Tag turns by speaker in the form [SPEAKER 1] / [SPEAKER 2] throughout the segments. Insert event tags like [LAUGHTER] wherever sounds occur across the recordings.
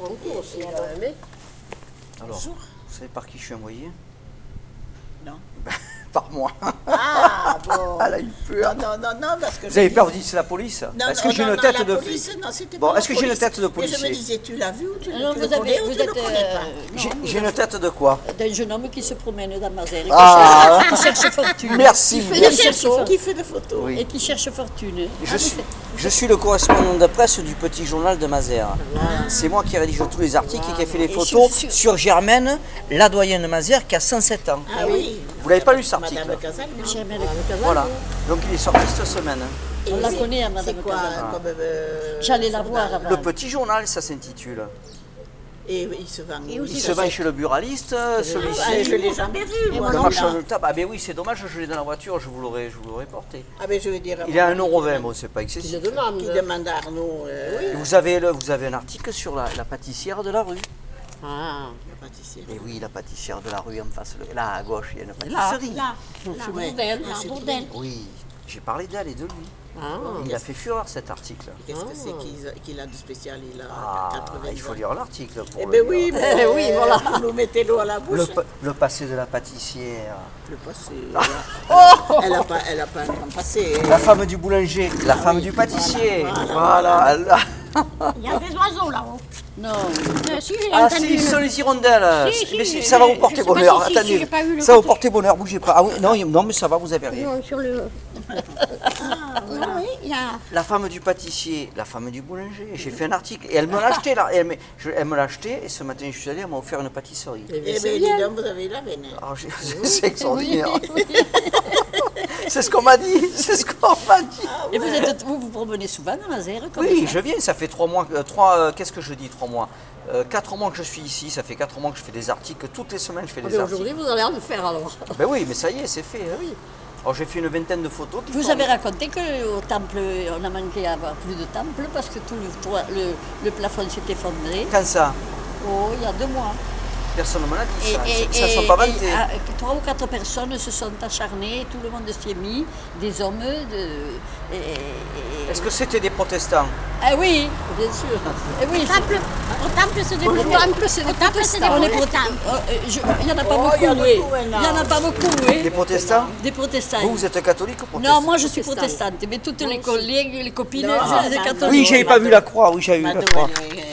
[SPEAKER 1] longtemps aussi, quand même. hein.
[SPEAKER 2] Alors,
[SPEAKER 3] Bonjour.
[SPEAKER 2] vous savez par qui je suis envoyé [LAUGHS] Bah,
[SPEAKER 3] Non.
[SPEAKER 2] Par moi.
[SPEAKER 3] Ah, bon.
[SPEAKER 2] Ah là, il pleut.
[SPEAKER 3] Non, non, non, non, parce que.
[SPEAKER 2] Vous avez peur, vous dites c'est la police
[SPEAKER 3] Non,
[SPEAKER 2] Est-ce
[SPEAKER 3] non,
[SPEAKER 2] que j'ai
[SPEAKER 3] non,
[SPEAKER 2] une
[SPEAKER 3] non,
[SPEAKER 2] tête
[SPEAKER 3] la
[SPEAKER 2] de
[SPEAKER 3] police,
[SPEAKER 2] flic
[SPEAKER 3] non, c'était
[SPEAKER 2] Bon,
[SPEAKER 3] pas la
[SPEAKER 2] est-ce que j'ai
[SPEAKER 3] police.
[SPEAKER 2] une tête de
[SPEAKER 3] Mais je me
[SPEAKER 2] policier
[SPEAKER 3] disais, tu l'as vu ou tu,
[SPEAKER 1] Non,
[SPEAKER 3] tu
[SPEAKER 1] vous
[SPEAKER 3] le connais
[SPEAKER 1] avez,
[SPEAKER 3] ou
[SPEAKER 1] vous
[SPEAKER 3] tu le
[SPEAKER 1] êtes
[SPEAKER 3] connais
[SPEAKER 1] euh,
[SPEAKER 3] pas
[SPEAKER 1] non,
[SPEAKER 2] J'ai
[SPEAKER 1] vous
[SPEAKER 2] j'ai une tête de quoi
[SPEAKER 1] Euh, d'un jeune homme qui se promène dans Mazère et qui
[SPEAKER 2] Ah.
[SPEAKER 1] cherche- qui cherche fortune.
[SPEAKER 2] [LAUGHS] Merci,
[SPEAKER 1] Il fait
[SPEAKER 2] merci.
[SPEAKER 1] des photos
[SPEAKER 3] Qui fait des photos
[SPEAKER 2] Oui.
[SPEAKER 1] et qui cherche fortune. Ah
[SPEAKER 2] Je suis, je suis le correspondant de presse du petit journal de Mazères.
[SPEAKER 3] Ah.
[SPEAKER 2] C'est moi qui rédige tous les articles et qui ai fait les
[SPEAKER 1] Et sur-
[SPEAKER 2] photos
[SPEAKER 1] sur-
[SPEAKER 2] sur Germaine, la doyenne de Mazères, qui a 107 ans.
[SPEAKER 3] Ah oui.
[SPEAKER 2] Vous l'avez pas lu cet article
[SPEAKER 3] Madame Casal, non.
[SPEAKER 1] Jamais
[SPEAKER 2] Voilà. Donc il est sorti cette semaine.
[SPEAKER 1] On la
[SPEAKER 3] Et
[SPEAKER 1] connaît, hein,
[SPEAKER 3] C'est
[SPEAKER 1] Madame
[SPEAKER 3] quoi
[SPEAKER 1] Casal.
[SPEAKER 3] comme. euh,
[SPEAKER 1] J'allais la voir avant.
[SPEAKER 2] Le petit journal, ça s'intitule.
[SPEAKER 3] Et oui, il se vend.
[SPEAKER 1] Et
[SPEAKER 3] où,
[SPEAKER 1] aussi
[SPEAKER 2] Il
[SPEAKER 3] ça
[SPEAKER 2] se vend chez le buraliste, celui
[SPEAKER 3] Ah, je ne l'ai jamais vu, moi.
[SPEAKER 2] Le
[SPEAKER 3] non,
[SPEAKER 2] marchand
[SPEAKER 3] là.
[SPEAKER 2] de tabac, ah ben oui, c'est dommage, je l'ai dans la voiture, je vous l'aurais, je vous l'aurais porté.
[SPEAKER 3] Ah, mais je veux dire.
[SPEAKER 2] Il est à 1,20€, bon, c'est pas excessif.
[SPEAKER 3] Qui demande à Arnaud. euh,
[SPEAKER 2] Et Vous avez, le, vous avez un article sur la, la pâtissière de la rue.
[SPEAKER 3] Ah, le pâtissier.
[SPEAKER 2] Et oui, la pâtissière de la rue en face, le- là à gauche, il y a une
[SPEAKER 1] Là,
[SPEAKER 2] pâtisserie.
[SPEAKER 1] là,
[SPEAKER 3] Ouais.
[SPEAKER 1] Bourdelle,
[SPEAKER 3] Ah,
[SPEAKER 1] là,
[SPEAKER 3] c'est
[SPEAKER 1] Bourdelle.
[SPEAKER 2] Oui, j'ai parlé d'elle et de lui.
[SPEAKER 3] Oh.
[SPEAKER 2] Il a fait fureur cet article.
[SPEAKER 3] Qu'est-ce que c'est qu'il- qu'il a de spécial Il a
[SPEAKER 2] Ah,
[SPEAKER 3] 80
[SPEAKER 2] il faut
[SPEAKER 3] ans.
[SPEAKER 2] lire l'article pour
[SPEAKER 3] Eh
[SPEAKER 2] le
[SPEAKER 3] bien
[SPEAKER 2] lire.
[SPEAKER 3] oui, mais oui, voilà. Vous nous mettez l'eau à la
[SPEAKER 2] Le,
[SPEAKER 3] bouche.
[SPEAKER 2] pa- le passé de la pâtissière.
[SPEAKER 3] Le passé. euh, Elle n'a pas, elle a pas un grand passé. Eh
[SPEAKER 2] La femme du boulanger, la femme du pâtissier. Voilà. elle-
[SPEAKER 4] Il y a des oiseaux là-haut.
[SPEAKER 1] Non,
[SPEAKER 4] Euh, si, j'ai
[SPEAKER 2] Ah
[SPEAKER 4] entendu
[SPEAKER 2] si,
[SPEAKER 4] une-
[SPEAKER 2] ce sont les hirondelles.
[SPEAKER 4] Si, si,
[SPEAKER 2] Mais si,
[SPEAKER 4] je-
[SPEAKER 2] ça va vous
[SPEAKER 4] je
[SPEAKER 2] porter
[SPEAKER 4] sais pas
[SPEAKER 2] bonheur.
[SPEAKER 4] si- si, si,
[SPEAKER 2] Attendez,
[SPEAKER 4] j'ai pas eu le
[SPEAKER 2] ça va vous
[SPEAKER 4] côté.
[SPEAKER 2] porter bonheur. Bougez pas. Ah oui, non, il- non, mais ça va, vous avez rien.
[SPEAKER 4] Non, sur le. Ah, non, oui, il y a.
[SPEAKER 2] La femme du pâtissier, la femme du boulanger. J'ai fait un article et elle me l'a acheté là. Et Elle me, je- elle me l'a acheté et ce matin je suis allé, elle m'a offert une pâtisserie.
[SPEAKER 3] Eh bien, dis donc, vous avez eu la veine.
[SPEAKER 2] Alors, j'ai- [LAUGHS] c'est extraordinaire. [LAUGHS] c'est ce qu'on m'a dit. [LAUGHS] C'est ce qu'on m'a dit.
[SPEAKER 4] Ah,
[SPEAKER 1] Et vous, êtes, vous vous promenez souvent dans Mazère comme
[SPEAKER 2] Oui,
[SPEAKER 1] ça
[SPEAKER 2] je viens, ça fait trois mois, euh, trois, euh, qu'est-ce que je dis, trois mois Euh, Quatre mois que je suis ici, ça fait quatre mois que je fais des articles, toutes les semaines
[SPEAKER 4] Ah,
[SPEAKER 2] je fais des articles.
[SPEAKER 1] vous allez en faire alors.
[SPEAKER 2] Ben oui, mais ça y est, c'est fait. hein. Alors j'ai fait une vingtaine de photos. qui
[SPEAKER 1] Vous
[SPEAKER 2] tournent.
[SPEAKER 1] avez raconté qu'au temple, on a manqué à avoir plus de temple parce que tout le, toit- le, le plafond s'est effondré.
[SPEAKER 2] Quand ça
[SPEAKER 1] Oh, il y a deux mois.
[SPEAKER 2] Personne ne me l'a dit,
[SPEAKER 1] Et-
[SPEAKER 2] ça.
[SPEAKER 1] et-
[SPEAKER 2] ça ne
[SPEAKER 1] et-
[SPEAKER 2] sont pas
[SPEAKER 1] et,
[SPEAKER 2] vantés.
[SPEAKER 1] ah, Trois ou quatre personnes se sont acharnées, tout le monde s'y est mis, des hommes, de, et- et-
[SPEAKER 2] Est-ce que c'était des protestants
[SPEAKER 1] Ah oui, bien sûr. Eh oui,
[SPEAKER 4] Au temple, au temple, c'est des
[SPEAKER 1] Au
[SPEAKER 4] protestants.
[SPEAKER 1] temple, c'est des
[SPEAKER 4] Au temple, Ah, c'est des
[SPEAKER 1] protestants. On est
[SPEAKER 4] protestants.
[SPEAKER 1] protestants. Oh, euh, je- Il n'y en a pas
[SPEAKER 3] Oh, il y en a
[SPEAKER 1] beaucoup, oui.
[SPEAKER 3] beaucoup, maintenant.
[SPEAKER 1] Il n'y en a pas beaucoup, oui.
[SPEAKER 2] Des protestants
[SPEAKER 1] Des protestants.
[SPEAKER 2] Vous, vous êtes catholique ou protestant
[SPEAKER 1] Non, moi je suis protestante, mais toutes les collègues, les copines,
[SPEAKER 3] Non,
[SPEAKER 1] elles- elles
[SPEAKER 3] non,
[SPEAKER 1] sont
[SPEAKER 3] non.
[SPEAKER 1] catholiques.
[SPEAKER 2] Oui, j'avais pas vu la croix, oui, j'avais vu la
[SPEAKER 3] Madou,
[SPEAKER 2] croix.
[SPEAKER 3] elle est-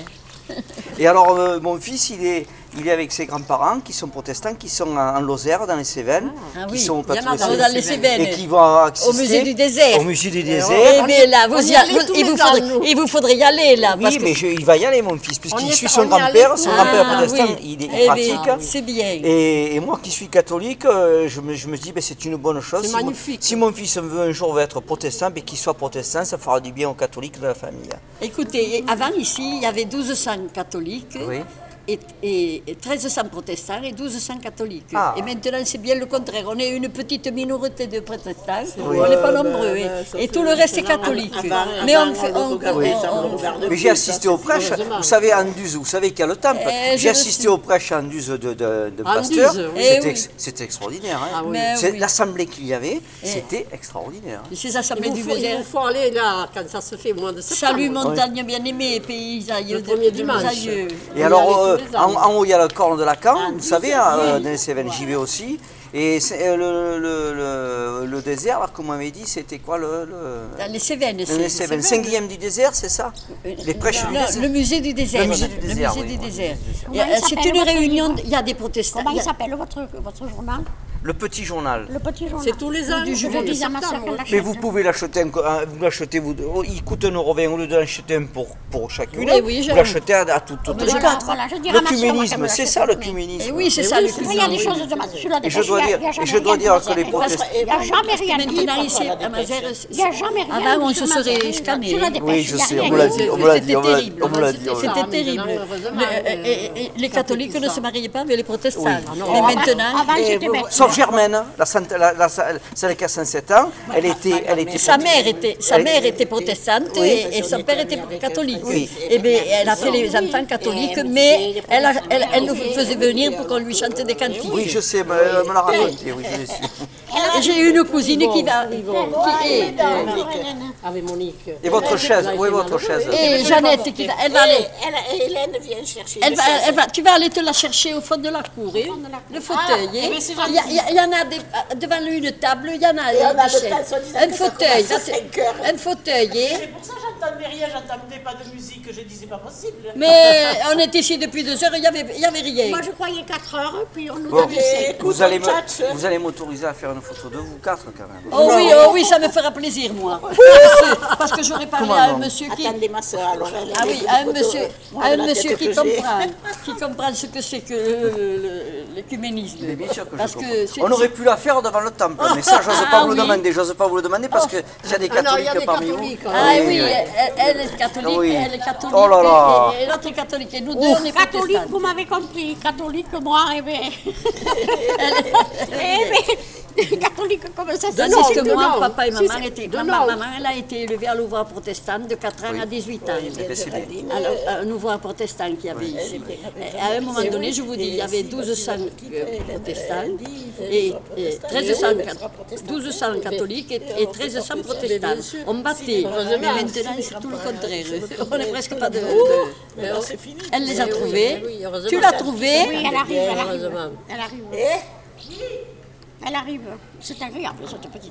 [SPEAKER 2] Et alors, euh, mon fils, il est, il est avec ses grands-parents qui sont protestants, qui sont en, en Lozère, dans les Cévennes,
[SPEAKER 1] Ah
[SPEAKER 2] qui
[SPEAKER 1] oui,
[SPEAKER 2] sont
[SPEAKER 1] il y en a
[SPEAKER 2] tous
[SPEAKER 1] dans- dans les Cévennes.
[SPEAKER 2] et qui vont
[SPEAKER 1] Au
[SPEAKER 2] assister
[SPEAKER 1] musée du désert.
[SPEAKER 2] Au musée du
[SPEAKER 1] Eh
[SPEAKER 2] désert.
[SPEAKER 1] bien là, vous y a- vous- il, vous faudrait, il vous faudrait y aller là. parce
[SPEAKER 2] Oui,
[SPEAKER 1] que
[SPEAKER 2] mais je- il va y aller, mon fils,
[SPEAKER 5] On
[SPEAKER 2] puisqu'il
[SPEAKER 5] y est-
[SPEAKER 2] suit son
[SPEAKER 5] on y est allé
[SPEAKER 2] grand-père, son
[SPEAKER 5] tous.
[SPEAKER 2] grand-père
[SPEAKER 1] Ah,
[SPEAKER 2] protestant,
[SPEAKER 1] oui.
[SPEAKER 2] il, il
[SPEAKER 1] Eh
[SPEAKER 2] pratique.
[SPEAKER 1] bien, c'est bien.
[SPEAKER 2] Et, et moi qui suis catholique, euh, je me, je me dis, ben, c'est une bonne chose.
[SPEAKER 5] C'est
[SPEAKER 2] Si mon-
[SPEAKER 5] magnifique.
[SPEAKER 2] Si mon fils veut un jour veut être protestant, ben, qu'il soit protestant, ça fera du bien aux catholiques de la famille.
[SPEAKER 1] Écoutez, avant ici, il y avait 1200 catholiques.
[SPEAKER 2] Oui.
[SPEAKER 1] Et, et- et 1300 protestants et 1200 catholiques.
[SPEAKER 2] Ah.
[SPEAKER 1] Et maintenant, c'est bien le contraire. On est une petite minorité de protestants. On n'est pas nombreux. hein. et tout le reste est catholique.
[SPEAKER 3] avant-
[SPEAKER 1] Mais
[SPEAKER 3] avant,
[SPEAKER 1] on fait.
[SPEAKER 3] on
[SPEAKER 1] on-
[SPEAKER 3] regardait
[SPEAKER 1] on-
[SPEAKER 3] ça, on
[SPEAKER 1] on-
[SPEAKER 3] regardait.
[SPEAKER 2] Mais j'ai assisté aux prêches, vous savez, à Anduze, vous savez qu'il y a le temple.
[SPEAKER 1] Eh, je
[SPEAKER 2] j'ai
[SPEAKER 1] le
[SPEAKER 2] assisté
[SPEAKER 1] sais.
[SPEAKER 2] aux prêches à Anduze de, de, de
[SPEAKER 5] Anduze,
[SPEAKER 2] Pasteur.
[SPEAKER 1] oui.
[SPEAKER 2] C'était
[SPEAKER 1] Eh
[SPEAKER 2] ex-
[SPEAKER 1] oui.
[SPEAKER 2] c'était extraordinaire. hein.
[SPEAKER 1] Mais
[SPEAKER 2] C'est-
[SPEAKER 1] oui. Eh.
[SPEAKER 2] L'assemblée qu'il y avait, c'était extraordinaire.
[SPEAKER 1] ces assemblées
[SPEAKER 5] Il
[SPEAKER 1] du
[SPEAKER 5] vous, faut, il
[SPEAKER 1] désert.
[SPEAKER 5] vous faut aller là quand ça se fait au mois de septembre. [LAUGHS]
[SPEAKER 1] Salut, montagne bien-aimée, pays aïeux.
[SPEAKER 5] Le premier dimanche.
[SPEAKER 2] Et alors,
[SPEAKER 5] allait
[SPEAKER 2] euh,
[SPEAKER 5] tous les
[SPEAKER 2] en,
[SPEAKER 5] ans.
[SPEAKER 2] en haut, il y a le corne de Lacan, vous savez, euh, dans les Cévennes, j'y vais aussi. Et c'est, euh, le, le- le- le désert, alors, comme on m'avait dit, c'était quoi le... le-
[SPEAKER 1] Dans Ah, les Cévennes,
[SPEAKER 2] dans les Cévennes, Saint-Guillaume du désert, c'est ça Les prêches
[SPEAKER 1] Non,
[SPEAKER 2] du
[SPEAKER 1] non,
[SPEAKER 2] désert
[SPEAKER 1] le musée du désert.
[SPEAKER 2] Le musée du
[SPEAKER 1] voilà,
[SPEAKER 2] désert,
[SPEAKER 1] le musée
[SPEAKER 2] oui,
[SPEAKER 1] du
[SPEAKER 2] oui,
[SPEAKER 1] désert.
[SPEAKER 2] le musée
[SPEAKER 1] Et,
[SPEAKER 2] du
[SPEAKER 1] euh,
[SPEAKER 4] Comment il
[SPEAKER 1] C'est
[SPEAKER 4] s'appelle,
[SPEAKER 1] une
[SPEAKER 4] votre
[SPEAKER 1] réunion,
[SPEAKER 4] livre
[SPEAKER 1] il y a des protestants.
[SPEAKER 4] Comment
[SPEAKER 1] il y
[SPEAKER 4] il
[SPEAKER 1] a-
[SPEAKER 4] s'appelle votre, votre journal
[SPEAKER 2] Le petit journal.
[SPEAKER 4] Le petit journal.
[SPEAKER 5] C'est tous les ans.
[SPEAKER 1] Du
[SPEAKER 5] au
[SPEAKER 1] jubilé.
[SPEAKER 5] mois de
[SPEAKER 4] Dis à ma sœur
[SPEAKER 5] septembre.
[SPEAKER 4] qu'elle l'achète.
[SPEAKER 2] Mais vous pouvez l'acheter, en- euh, vous l'achetez, vous, oh, il coûte un euro vingt, au lieu de l'acheter un pour, pour chacune,
[SPEAKER 1] Oui, oui,
[SPEAKER 2] vous
[SPEAKER 1] j'aime.
[SPEAKER 2] l'achetez à, à toutes, toutes
[SPEAKER 4] mais
[SPEAKER 2] les
[SPEAKER 4] voilà,
[SPEAKER 2] quatre.
[SPEAKER 4] voilà, je dirais
[SPEAKER 2] le
[SPEAKER 4] à ma sœur, moi, qu'elle
[SPEAKER 2] cuménisme,
[SPEAKER 4] me
[SPEAKER 2] c'est
[SPEAKER 4] l'achète,
[SPEAKER 2] ça le
[SPEAKER 4] mais-
[SPEAKER 2] cuménisme.
[SPEAKER 1] Et oui, c'est ça le
[SPEAKER 4] Il y a des
[SPEAKER 1] cuisine.
[SPEAKER 4] choses de ma sur la
[SPEAKER 2] Et je dois
[SPEAKER 4] il y
[SPEAKER 2] dire-
[SPEAKER 4] a- il y a jamais
[SPEAKER 2] je dois
[SPEAKER 4] rien
[SPEAKER 2] dire
[SPEAKER 4] de
[SPEAKER 2] que les
[SPEAKER 4] désert.
[SPEAKER 2] protestants-
[SPEAKER 4] Ah, Il n'y a jamais
[SPEAKER 1] Et
[SPEAKER 4] rien dit.
[SPEAKER 1] Maintenant, ici,
[SPEAKER 2] Ah,
[SPEAKER 1] à Mazère,
[SPEAKER 4] Il n'y a jamais rien
[SPEAKER 2] bah,
[SPEAKER 1] Avant, on
[SPEAKER 4] dit
[SPEAKER 1] se
[SPEAKER 4] sur Mazère.
[SPEAKER 1] serait scanné.
[SPEAKER 4] Sur la dépêche,
[SPEAKER 2] Oui, je
[SPEAKER 4] il y a
[SPEAKER 2] sais,
[SPEAKER 4] rien
[SPEAKER 2] on me l'a
[SPEAKER 4] dit.
[SPEAKER 2] dit, on me l'a
[SPEAKER 1] C'était
[SPEAKER 2] dit, on me l'a dit,
[SPEAKER 1] terrible.
[SPEAKER 2] on me l'a dit.
[SPEAKER 5] C'était
[SPEAKER 2] on me l'a
[SPEAKER 5] ça.
[SPEAKER 1] C'était
[SPEAKER 5] mais
[SPEAKER 1] terrible.
[SPEAKER 5] maintenant, heureusement,
[SPEAKER 1] Le-
[SPEAKER 5] euh,
[SPEAKER 1] et- et- et les
[SPEAKER 5] ça fait
[SPEAKER 1] catholiques
[SPEAKER 5] tout
[SPEAKER 1] ne
[SPEAKER 5] ça.
[SPEAKER 1] se mariaient pas avec les protestants.
[SPEAKER 5] non.
[SPEAKER 1] Mais
[SPEAKER 5] Avant-
[SPEAKER 1] maintenant,
[SPEAKER 4] avant,
[SPEAKER 1] eh,
[SPEAKER 4] c'était
[SPEAKER 1] vous-
[SPEAKER 4] bête.
[SPEAKER 2] dit. Sauf Germaine, la, sainte- la- la- celle qui a 107 ans, elle était, elle était
[SPEAKER 1] sa mère était, sa
[SPEAKER 2] Elle-
[SPEAKER 1] mère était protestante
[SPEAKER 2] Oui.
[SPEAKER 1] et, et son père était catholique.
[SPEAKER 2] Oui.
[SPEAKER 1] Et bien, elle a fait les enfants catholiques, mais elle, a- elle- elle nous faisait venir pour qu'on lui chante des cantiques.
[SPEAKER 2] euh, Oui, je sais, me, me l'a raconté, oui, je l'ai su.
[SPEAKER 1] Et J'ai une cousine qui va. qui est-
[SPEAKER 5] Avec Monique.
[SPEAKER 2] Et votre chaise, où est votre chaise
[SPEAKER 1] et Jeannette qui va. Elle va aller.
[SPEAKER 4] Hélène vient chercher.
[SPEAKER 1] Elle va, elle va- tu vas aller te la chercher au fond de la cour, hein,
[SPEAKER 6] Ah,
[SPEAKER 1] le fauteuil.
[SPEAKER 6] eh
[SPEAKER 1] hein.
[SPEAKER 6] ben,
[SPEAKER 1] il, y a- il y a- il y en a des, euh, devant une table, il y en a, il y
[SPEAKER 4] on
[SPEAKER 1] a
[SPEAKER 4] a
[SPEAKER 1] des
[SPEAKER 4] le
[SPEAKER 1] chaises.
[SPEAKER 4] tas, soi-disant,
[SPEAKER 1] Un
[SPEAKER 4] que ça
[SPEAKER 1] fauteuil,
[SPEAKER 4] commence
[SPEAKER 1] ça,
[SPEAKER 4] à cinq heures.
[SPEAKER 1] un fauteuil. hein.
[SPEAKER 6] C'est pour ça que j'entendais rien, j'entendais pas de musique, je disais pas possible.
[SPEAKER 1] Mais on est ici depuis deux heures, il n'y avait, il y avait rien.
[SPEAKER 4] Moi, je croyais 4 heures, puis on nous
[SPEAKER 2] Bon,
[SPEAKER 4] a laissé.
[SPEAKER 2] vous allez me- vous allez m'autoriser à faire une photo de vous quatre quand même.
[SPEAKER 1] Oh oui, oh oui, ça me fera plaisir,
[SPEAKER 4] [LAUGHS]
[SPEAKER 1] moi. Parce, parce que j'aurais parlé à un
[SPEAKER 2] non
[SPEAKER 1] monsieur qui...
[SPEAKER 4] Attendez ma soeur, alors elle
[SPEAKER 1] Ah oui, à un
[SPEAKER 4] euh,
[SPEAKER 1] monsieur, à un monsieur qui
[SPEAKER 4] comprend.
[SPEAKER 1] comprend, qui comprend ce que c'est que le- le- l'écuménisme.
[SPEAKER 2] Mais bien sûr que je
[SPEAKER 1] Parce
[SPEAKER 2] comprends.
[SPEAKER 1] que c'est-
[SPEAKER 2] On aurait pu la faire devant le temple, mais ça, j'ose pas
[SPEAKER 1] Ah
[SPEAKER 2] vous le
[SPEAKER 1] oui.
[SPEAKER 2] demander. J'ose pas vous le demander parce que s'il y a des
[SPEAKER 5] Ah non, il
[SPEAKER 2] catholiques
[SPEAKER 5] y a des
[SPEAKER 2] parmi
[SPEAKER 5] catholiques,
[SPEAKER 2] vous.
[SPEAKER 5] hein.
[SPEAKER 1] Ah oui,
[SPEAKER 2] oui, oui.
[SPEAKER 1] Elle, elle est catholique,
[SPEAKER 2] Ah oui.
[SPEAKER 1] elle est catholique,
[SPEAKER 2] Oh là là.
[SPEAKER 1] et- et l'autre est catholique, et nous deux, on est
[SPEAKER 4] Oh, Catholique,
[SPEAKER 1] protestantes.
[SPEAKER 4] vous m'avez compris. Catholique, moi,
[SPEAKER 1] [LAUGHS]
[SPEAKER 4] eh bien. eh bien, catholique comme ça, c'est
[SPEAKER 1] Tandis que
[SPEAKER 4] Ah c'est
[SPEAKER 1] moi,
[SPEAKER 4] tout.
[SPEAKER 1] papa et
[SPEAKER 4] Si,
[SPEAKER 1] maman
[SPEAKER 4] c'est-
[SPEAKER 1] étaient...
[SPEAKER 4] de
[SPEAKER 1] maman,
[SPEAKER 4] non.
[SPEAKER 1] maman, elle a été élevée à l'ouvreur protestant de 4 ans à 18 ans.
[SPEAKER 2] Eh ben, c'est bien.
[SPEAKER 1] Alors, euh, un ouvreur protestant qui avait ici. Et à un moment donné, je vous dis, il y avait 1200 euh, protestants et et 1300, ca- 1200 catholiques et et 1300 protestants. On battait. Mais maintenant, c'est tout le contraire. On n'est presque pas de. de- Elle les a trouvés.
[SPEAKER 5] oui, heureusement.
[SPEAKER 1] Tu l'as trouvé.
[SPEAKER 4] Oui, Eh, elle arrive, elle arrive.
[SPEAKER 5] Heureusement.
[SPEAKER 1] Eh
[SPEAKER 4] Elle arrive. Elle arrive. C'est agréable, cette petite